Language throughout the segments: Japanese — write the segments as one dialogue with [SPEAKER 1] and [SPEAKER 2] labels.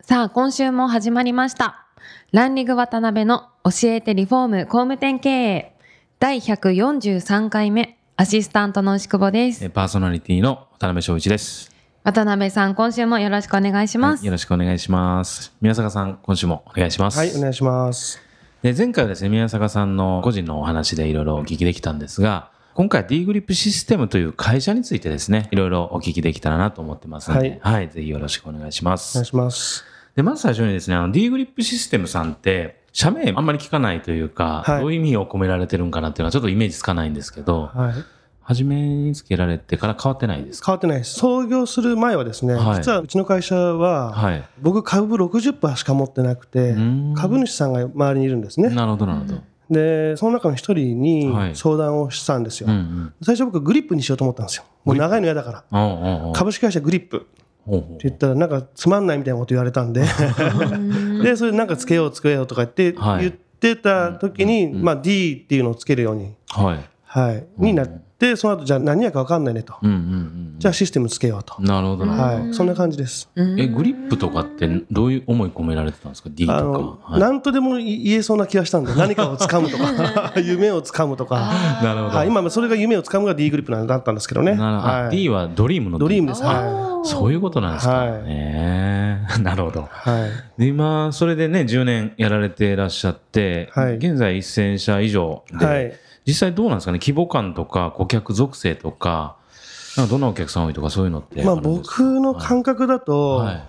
[SPEAKER 1] さあ、今週も始まりました。ランリグ渡辺の教えてリフォーム工務店経営第143回目アシスタントの牛久保です。
[SPEAKER 2] えーパーソナリティの渡辺翔一です。
[SPEAKER 1] 渡辺さん、今週もよろしくお願いしま
[SPEAKER 2] は
[SPEAKER 1] す。
[SPEAKER 2] いよろしくお願いします。宮坂さん、今週もお願いします。
[SPEAKER 3] はい、お願いします。
[SPEAKER 2] で前回はですね、宮坂さんの個人のお話でいろいろお聞きできたんですが、今回 D グリップシステムという会社についてですね、いろいろお聞きできたらなと思ってますので、はい、ぜひよろしくお願いしま
[SPEAKER 3] お願い
[SPEAKER 2] す。
[SPEAKER 3] します。
[SPEAKER 2] で、まず最初にですね、あの D グリップシステムさんって、社名あんまり聞かないというか、
[SPEAKER 3] はい
[SPEAKER 2] どういう意味を込められてるんかなっていうのはちょっとイメージつかないんですけど、
[SPEAKER 3] はい。
[SPEAKER 2] 初めにつけられてから変わってないですか
[SPEAKER 3] 変わってないです。創業する前はですね、
[SPEAKER 2] はい
[SPEAKER 3] 実はうちの会社は、
[SPEAKER 2] はい。
[SPEAKER 3] 僕株60%しか持ってなくて
[SPEAKER 2] うーん、
[SPEAKER 3] 株主さんが周りにいるんですね。
[SPEAKER 2] なるほど、なるほど。
[SPEAKER 3] で、その中の一人
[SPEAKER 2] は
[SPEAKER 3] に
[SPEAKER 2] い
[SPEAKER 3] 相談をしたんですよ。
[SPEAKER 2] うんうん。
[SPEAKER 3] 最初僕グリップにしようと思ったんですよ。もう長いの嫌だから。
[SPEAKER 2] おうおうおう
[SPEAKER 3] 株式会社グリップって
[SPEAKER 2] ほうほう
[SPEAKER 3] 言ったらなんかつまんないみたいなこと言われたんで、で、それなんかつけようつけようとか言って、
[SPEAKER 2] はい
[SPEAKER 3] 言ってた時に、まあ D っていうのをつけるように、
[SPEAKER 2] はい。
[SPEAKER 3] はい、になって、その後じゃあ何やか分かんないねと。
[SPEAKER 2] うんうんうん。
[SPEAKER 3] じゃあシステムつけようと。
[SPEAKER 2] なるほどなるほ
[SPEAKER 3] はい、そんな感じです。
[SPEAKER 2] ど。え、グリップとかってどういう思い込められてたんですか ?D と
[SPEAKER 3] あ
[SPEAKER 2] か。
[SPEAKER 3] の、
[SPEAKER 2] はい
[SPEAKER 3] なんとでも言えそうな気がしたんで、何かを掴むとか、 夢を掴むとか、
[SPEAKER 2] なるほど。
[SPEAKER 3] はい、今それが夢を掴むが D グリップなんだったんですけどね。
[SPEAKER 2] なるほどあ
[SPEAKER 3] はい、
[SPEAKER 2] D はドリームの D
[SPEAKER 3] ドリームです。は
[SPEAKER 2] そういうことなんですか
[SPEAKER 3] はい
[SPEAKER 2] ね。 なるほど
[SPEAKER 3] い。。はい。
[SPEAKER 2] で今、それでね、10年やられてらっしゃって
[SPEAKER 3] はい、
[SPEAKER 2] 現在1000社以上
[SPEAKER 3] は
[SPEAKER 2] で、
[SPEAKER 3] い。
[SPEAKER 2] 実際どうなんですかね規模感とか顧客属性とか、なんかどんなお客さん多いとかそういうのってるんです
[SPEAKER 3] ま
[SPEAKER 2] か。
[SPEAKER 3] あ僕の感覚だと、
[SPEAKER 2] はいはい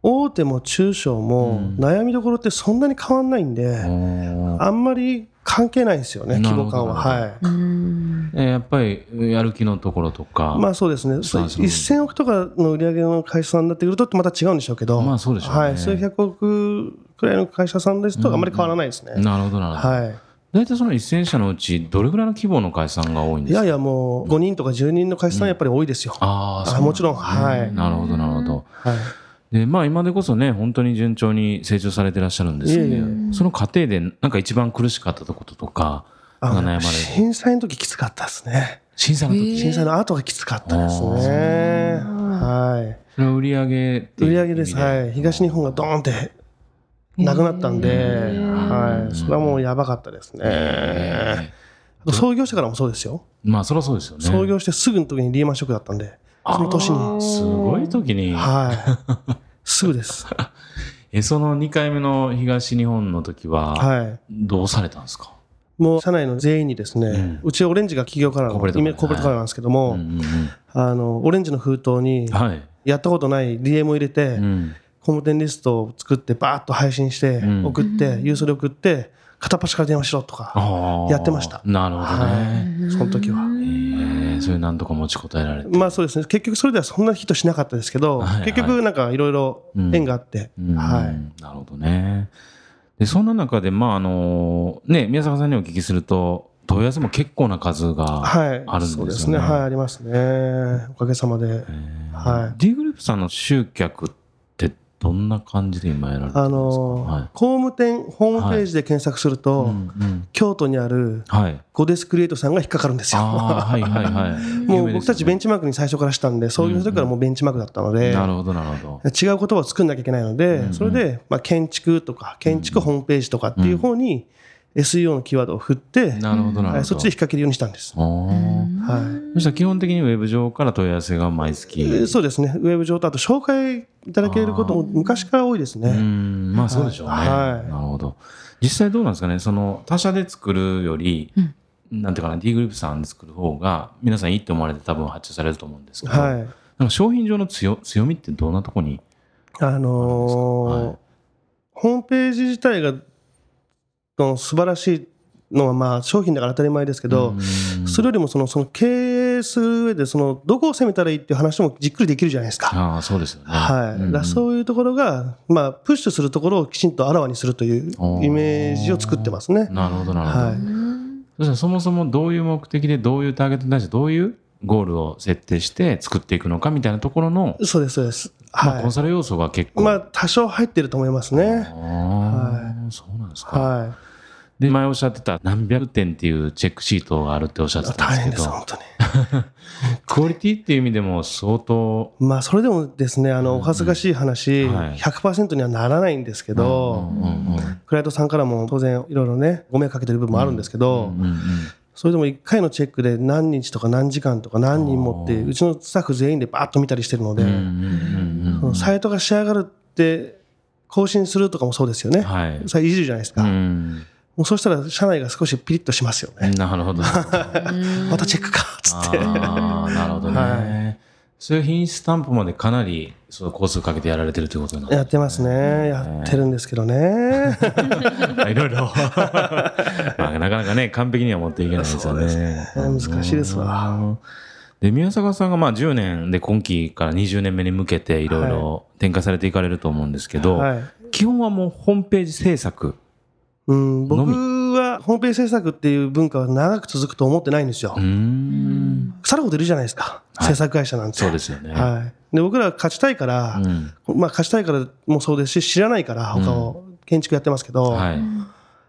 [SPEAKER 3] 大手も中小も
[SPEAKER 2] うん
[SPEAKER 3] 悩みどころってそんなに変わんないんで、
[SPEAKER 2] おー
[SPEAKER 3] あんまり関係ないんですよね、
[SPEAKER 2] な
[SPEAKER 3] 規
[SPEAKER 2] るほど
[SPEAKER 3] 模感は。
[SPEAKER 2] な
[SPEAKER 3] はい。
[SPEAKER 1] うん
[SPEAKER 2] えーやっぱりやる気のところとか、
[SPEAKER 3] まあそうですね、
[SPEAKER 2] そうそう
[SPEAKER 3] 1000億とかの売り上げの会社さんになってくると、また違うんでしょうけど、
[SPEAKER 2] まあそうでしょうね
[SPEAKER 3] はい、数百億くらいの会社さんですと、あんまり変わらないですね。
[SPEAKER 2] なるほどなるほど、
[SPEAKER 3] は
[SPEAKER 2] 大体その1000社のうちどれぐらいの規模の会社さんが多いん
[SPEAKER 3] い、
[SPEAKER 2] で
[SPEAKER 3] い
[SPEAKER 2] すか
[SPEAKER 3] やいや、もう5人とか10人の会社さんはやっぱり多いですよ。
[SPEAKER 2] ああ
[SPEAKER 3] あもちろん、はい、
[SPEAKER 2] なるほどなるほど
[SPEAKER 3] はい、
[SPEAKER 2] でまあ今でこそね本当に順調に成長されてらっしゃるんですけど、
[SPEAKER 3] いえい
[SPEAKER 2] その過程でなんか一番苦しかったこととか
[SPEAKER 3] あ
[SPEAKER 2] が悩まれる
[SPEAKER 3] 震災の時きつかったですね、
[SPEAKER 2] 審査の
[SPEAKER 1] えー
[SPEAKER 2] 時
[SPEAKER 3] 震災の後がきつかったです
[SPEAKER 2] あーそう
[SPEAKER 3] ね。は
[SPEAKER 2] それは売り上げって
[SPEAKER 3] い、売
[SPEAKER 2] いう
[SPEAKER 3] り
[SPEAKER 2] 意
[SPEAKER 3] 上
[SPEAKER 2] 味
[SPEAKER 3] げです、はい、東日本がドーンってなくなったんで、はい、それはもうやばかったですね。
[SPEAKER 2] え
[SPEAKER 3] あと創業してからもそうですよ。
[SPEAKER 2] ーまあそりゃそうですよね
[SPEAKER 3] 創業してすぐの時にリーマンショックだったんで、その年
[SPEAKER 2] あー
[SPEAKER 3] に。
[SPEAKER 2] すごい時に、
[SPEAKER 3] はい。すぐです。
[SPEAKER 2] えその2回目の東日本の時は
[SPEAKER 3] は
[SPEAKER 2] どうされたんですか、
[SPEAKER 3] い。もう社内の全員にですね、う
[SPEAKER 2] うん
[SPEAKER 3] ちオレンジが企業からの、
[SPEAKER 2] コーポレート
[SPEAKER 3] 今コーポレートからなんですけども、
[SPEAKER 2] うんうん
[SPEAKER 3] あの、オレンジの封筒に
[SPEAKER 2] うん、はい、
[SPEAKER 3] やったことない DM を入れて、
[SPEAKER 2] うん
[SPEAKER 3] コムテンリストを作って、バーッと配信して
[SPEAKER 2] う、ん
[SPEAKER 3] 送って、郵送で送って、片っ端から電話しろとか、
[SPEAKER 2] あー
[SPEAKER 3] やってました
[SPEAKER 2] なるほどね。
[SPEAKER 3] その時は。
[SPEAKER 2] えー、それなんとか持ちこたえられて。
[SPEAKER 3] まあそうですね、結局それではそんなヒットしなかったですけど、
[SPEAKER 2] はいはい
[SPEAKER 3] 結局なんかいろいろ縁があって、
[SPEAKER 2] うん
[SPEAKER 3] はい。
[SPEAKER 2] なるほどね。で、そんな中で、まあ、あの、ね、宮坂さんにお聞きすると、問い合わせも結構な数が
[SPEAKER 3] は
[SPEAKER 2] あ
[SPEAKER 3] い
[SPEAKER 2] るん。です
[SPEAKER 3] そ
[SPEAKER 2] よ
[SPEAKER 3] う
[SPEAKER 2] ね。
[SPEAKER 3] ですね。はい、ありますね。おかげさまで。はい。
[SPEAKER 2] D グループさんの集客ってどんな感じで今やられてる
[SPEAKER 3] あ
[SPEAKER 2] んですか、
[SPEAKER 3] のー
[SPEAKER 2] はい
[SPEAKER 3] 工務店ホームページで検索する
[SPEAKER 2] う
[SPEAKER 3] と、
[SPEAKER 2] んうん
[SPEAKER 3] 京都にある
[SPEAKER 2] はい。
[SPEAKER 3] ゴデスクリエイトさんが引っかかるんですよ。
[SPEAKER 2] ああ、はいはい はい。
[SPEAKER 3] もう僕たちベン
[SPEAKER 2] チ
[SPEAKER 3] チマークに最初からしたんで、創業の時からもうベンチマークだったので、
[SPEAKER 2] なるほど、なるほど。
[SPEAKER 3] 違う言葉を作んなきゃいけないので、
[SPEAKER 2] ん
[SPEAKER 3] それで、まあ、建築とか、建築ホームページとかっていう方に SEO のキーワードを振って、
[SPEAKER 2] なるほど、なるほ
[SPEAKER 3] は
[SPEAKER 2] ど。
[SPEAKER 3] いそっちで引っ掛けるようにしたんです。
[SPEAKER 2] あー
[SPEAKER 3] は
[SPEAKER 2] そしたら基本的にウェブ上から問い合わせが毎月。
[SPEAKER 3] い、えそうですね、ウェブ上とあと紹介いただけることも昔から多いです
[SPEAKER 2] う
[SPEAKER 3] ね。
[SPEAKER 2] ん、まあそうでしょうね。
[SPEAKER 3] はい
[SPEAKER 2] なるほど。実際どうなんですかね、その他社で作るより、
[SPEAKER 1] うん
[SPEAKER 2] なんていうかな、D グループさんで作る方が、皆さんいいって思われて多分発注されると思うんですけど、
[SPEAKER 3] はい
[SPEAKER 2] なんか商品上の強強みってどんなとこに
[SPEAKER 3] あのー
[SPEAKER 2] はい
[SPEAKER 3] ホームページ自体がの素晴らしいのはまあ商品だから当たり前ですけど、
[SPEAKER 2] うん
[SPEAKER 3] それよりもそのその経営定する上で、その、どこを攻めたらいいっていう話もじっくりできるじゃないですか。
[SPEAKER 2] ああ、そうですよね。
[SPEAKER 3] はい。
[SPEAKER 2] うんうん
[SPEAKER 3] だからそういうところが、まあ、プッシュするところをきちんとあらわにするという
[SPEAKER 2] おー
[SPEAKER 3] イメージを作ってますね。
[SPEAKER 2] なるほど、なるほど。
[SPEAKER 3] はい
[SPEAKER 1] うん
[SPEAKER 2] そしたらそもそもどういう目的で、どういうターゲットに対して、どういうゴールを設定して作っていくのかみたいなところの、
[SPEAKER 3] そうです、そうです。
[SPEAKER 2] まあ、
[SPEAKER 3] は
[SPEAKER 2] コンサル要素が結
[SPEAKER 3] い。
[SPEAKER 2] 構。
[SPEAKER 3] まあ、多少入ってると思いますね。
[SPEAKER 2] あーそうなんですか。
[SPEAKER 3] は
[SPEAKER 2] で、前おっしゃってた何百点っていうチェックシートがあるっておっしゃっ
[SPEAKER 3] い。
[SPEAKER 2] てたんで
[SPEAKER 3] 大
[SPEAKER 2] す
[SPEAKER 3] 変
[SPEAKER 2] け
[SPEAKER 3] です、
[SPEAKER 2] ど、
[SPEAKER 3] 本当に。
[SPEAKER 2] クオリティっていう意味でも相当、
[SPEAKER 3] まあ、それでもですね、あの、お恥ずかしい話、
[SPEAKER 2] はい
[SPEAKER 3] 100%にはならないんですけど、
[SPEAKER 2] うんうんうん
[SPEAKER 3] クライアントさんからも当然いろいろね、ご迷惑かけてる部分もあるんですけど、
[SPEAKER 2] うんうん
[SPEAKER 3] それでも1回のチェックで何日とか何時間とか何人もって、
[SPEAKER 2] あー
[SPEAKER 3] うちのスタッフ全員でバーッと見たりしてるので、
[SPEAKER 2] うんうんうんうん
[SPEAKER 3] そのサイトが仕上がるって、更新するとかもそうですよね。
[SPEAKER 2] はい。
[SPEAKER 3] それいじるじゃないですか。
[SPEAKER 2] うん
[SPEAKER 3] もうそうしたら社内が少しピリッとしますよね。
[SPEAKER 2] なる
[SPEAKER 1] う
[SPEAKER 2] ほど。
[SPEAKER 1] ん
[SPEAKER 3] またチェックかっつって。
[SPEAKER 2] ああ、なるほどね。
[SPEAKER 3] は
[SPEAKER 2] そういう品質担保までかなりそのコースをかけてやられてるということなんで
[SPEAKER 3] やってますね。やってるんですけどね。
[SPEAKER 2] いろい ろ、まあ。なかなかね、完璧には持っていけないですよね。
[SPEAKER 3] そうですね難しいですわ
[SPEAKER 2] うん。で、宮坂さんがまあ10年で今期から20年目に向けていろいろ展開されていかれると思うんですけど、
[SPEAKER 3] はい。
[SPEAKER 2] 基本はもうホームページ制作。
[SPEAKER 3] うん、僕はホームページ制作っていう文化は長く続くと思ってないんですよ
[SPEAKER 2] うー。ん。
[SPEAKER 3] 腐るほどいるじゃないですか。
[SPEAKER 2] はい
[SPEAKER 3] 制作会社なんて。
[SPEAKER 2] そうですよね。
[SPEAKER 3] はい。で、僕らは勝ちたいから、
[SPEAKER 2] うん
[SPEAKER 3] まあ勝ちたいからもそうですし、知らないから他を建築やってますけど、
[SPEAKER 2] はい。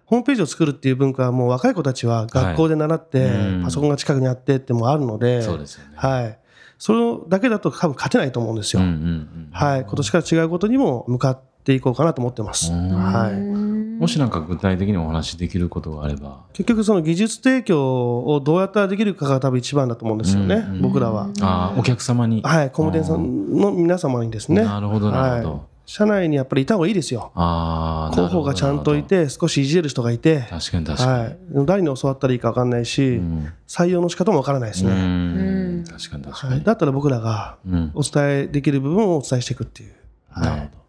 [SPEAKER 3] ホームページを作るっていう文化はもう若い子たちは学校で習って、
[SPEAKER 2] はいうん
[SPEAKER 3] パソコンが近くにあってってもあるので、
[SPEAKER 2] そうですよね。
[SPEAKER 3] はい。それだけだと多分勝てないと思うんです
[SPEAKER 2] う
[SPEAKER 3] よ。
[SPEAKER 2] んうんうん
[SPEAKER 3] はい。今年から違うことにも向かっていこうかなと思ってます。
[SPEAKER 2] うん
[SPEAKER 3] はい。
[SPEAKER 2] もしなんか具体的にお話しできることがあれば。
[SPEAKER 3] 結局その技術提供をどうやったらできるかが多分一番だと思うんですよね。
[SPEAKER 2] うん
[SPEAKER 3] 僕らは。
[SPEAKER 2] ああ、お客様に。
[SPEAKER 3] はい。工務店さんの皆様にですね。
[SPEAKER 2] なるほど、なるほ
[SPEAKER 3] はい
[SPEAKER 2] ど。。
[SPEAKER 3] 社内にやっぱりいた方がいいですよ。
[SPEAKER 2] ああ、
[SPEAKER 3] 広報がちゃんといて、少しいじれる人がいて
[SPEAKER 2] なるほど。、確かに確か
[SPEAKER 3] はい。誰に教わったらいいか分かんないし、
[SPEAKER 2] に。うん
[SPEAKER 3] 採用の仕方も分からないです
[SPEAKER 2] う
[SPEAKER 3] ね。
[SPEAKER 1] うん
[SPEAKER 2] ん確かに確か
[SPEAKER 3] はい、
[SPEAKER 2] に。
[SPEAKER 3] だったら僕らが
[SPEAKER 2] うん
[SPEAKER 3] お伝えできる部分をお伝えしていくっていう。
[SPEAKER 2] なるほど。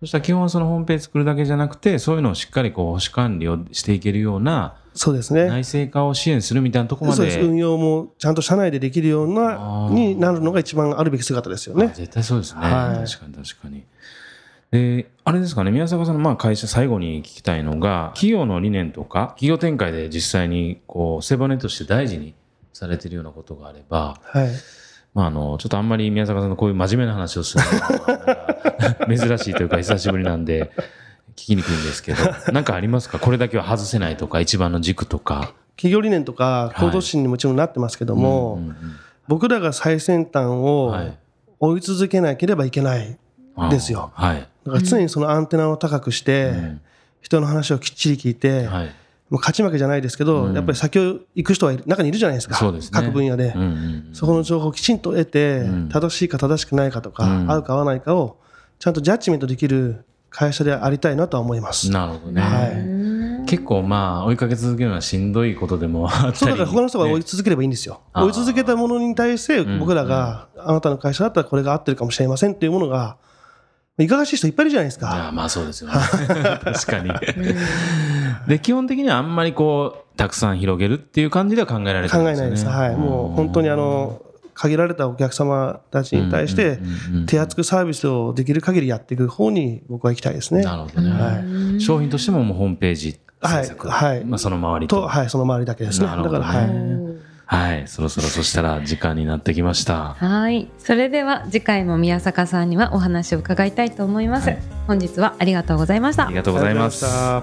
[SPEAKER 2] そしたら基本はそのホームページ作るだけじゃなくて、そういうのをしっかりこう保守管理をしていけるような
[SPEAKER 3] そうですね。
[SPEAKER 2] 内製化を支援するみたいなところま
[SPEAKER 3] そうです運
[SPEAKER 2] で。
[SPEAKER 3] 用もちゃんと社内でできるよう
[SPEAKER 2] あ
[SPEAKER 3] な
[SPEAKER 2] ー
[SPEAKER 3] になるのが一番あるべき姿ですよ
[SPEAKER 2] あ
[SPEAKER 3] ね。
[SPEAKER 2] 絶対そうですね。
[SPEAKER 3] はい
[SPEAKER 2] 確かに確かに。で、あれですかね、宮坂さんのまあ会社最後に聞きたいのが、企業の理念とか、企業展開で実際にこう背骨として大事にされてるようなことがあれば、
[SPEAKER 3] はい、
[SPEAKER 2] まあ、あの、ちょっとあんまり宮坂さんのこういう真面目な話をするのは 珍しいというか久しぶりなんで、聞きにくいんですけど、なんかありますかこれだけは外せないとか、一番の軸とか。
[SPEAKER 3] 企業理念とか行動指針にもちろんなってますけども、
[SPEAKER 2] うんうん
[SPEAKER 3] 僕らが最先端
[SPEAKER 2] うん
[SPEAKER 3] を
[SPEAKER 2] はい
[SPEAKER 3] 追い続けなければいけない。
[SPEAKER 2] あー
[SPEAKER 3] ですよ
[SPEAKER 2] はい。
[SPEAKER 3] だから常にそのアンテナを高くして、
[SPEAKER 2] うん
[SPEAKER 3] 人の話をきっちり聞いて、
[SPEAKER 2] はい。
[SPEAKER 3] もう勝ち負けじゃないですけど、
[SPEAKER 2] うん
[SPEAKER 3] やっぱり先を行く人はいる中にいるじゃないですか。
[SPEAKER 2] そうですね
[SPEAKER 3] 各分野で。
[SPEAKER 2] うんうんうん
[SPEAKER 3] そこの情報をきちんと得て、
[SPEAKER 2] うん
[SPEAKER 3] 正しいか正しくないかとか、
[SPEAKER 2] うん
[SPEAKER 3] 合うか合わないかをちゃんとジャッジメントできる会社でありたいなとは思います。
[SPEAKER 2] なるほどね。
[SPEAKER 3] はい。
[SPEAKER 2] 結構まあ、追いかけ続けるのはしんどいことでもあったり。
[SPEAKER 3] そうだから他の人が追い続ければいいんですよ。
[SPEAKER 2] あー
[SPEAKER 3] 追い続けたものに対して
[SPEAKER 2] ん
[SPEAKER 3] 僕らが、あなたの会社だったらこれが合ってるかもしれませんっていうものが、いかがわしい人いっぱいいるじゃないです
[SPEAKER 2] いや
[SPEAKER 3] か。
[SPEAKER 2] まあそうですよね。確 かに。で、基本的にはあんまりこう、たくさん広げるっていう感じでは考えられて
[SPEAKER 3] 考
[SPEAKER 2] るん
[SPEAKER 3] え
[SPEAKER 2] です
[SPEAKER 3] な
[SPEAKER 2] よね。
[SPEAKER 3] いです。はい。もう本当にあの、限られたお客様たちに対して
[SPEAKER 2] うんうんうんうん、
[SPEAKER 3] 手厚くサービスをできる限りやっていく方に僕は行きたいですね。
[SPEAKER 2] なるほどね。
[SPEAKER 3] は
[SPEAKER 2] 商品としてももうホームページ制作、
[SPEAKER 3] はいはい
[SPEAKER 2] まあ、その周り
[SPEAKER 3] い。と、
[SPEAKER 2] と。
[SPEAKER 3] はい、その周りだけですね。
[SPEAKER 2] な
[SPEAKER 3] だ
[SPEAKER 2] るほ
[SPEAKER 3] か
[SPEAKER 2] ど
[SPEAKER 3] ら、
[SPEAKER 2] ね
[SPEAKER 3] はい。
[SPEAKER 2] はい、そろそろそしたら時間になってきました。
[SPEAKER 1] はい。それでは次回も宮坂さんにはお話を伺いたいと思います。
[SPEAKER 2] はい
[SPEAKER 1] 本日はありがとうございまし
[SPEAKER 2] あ
[SPEAKER 1] た
[SPEAKER 2] り。がとうございます。
[SPEAKER 3] あ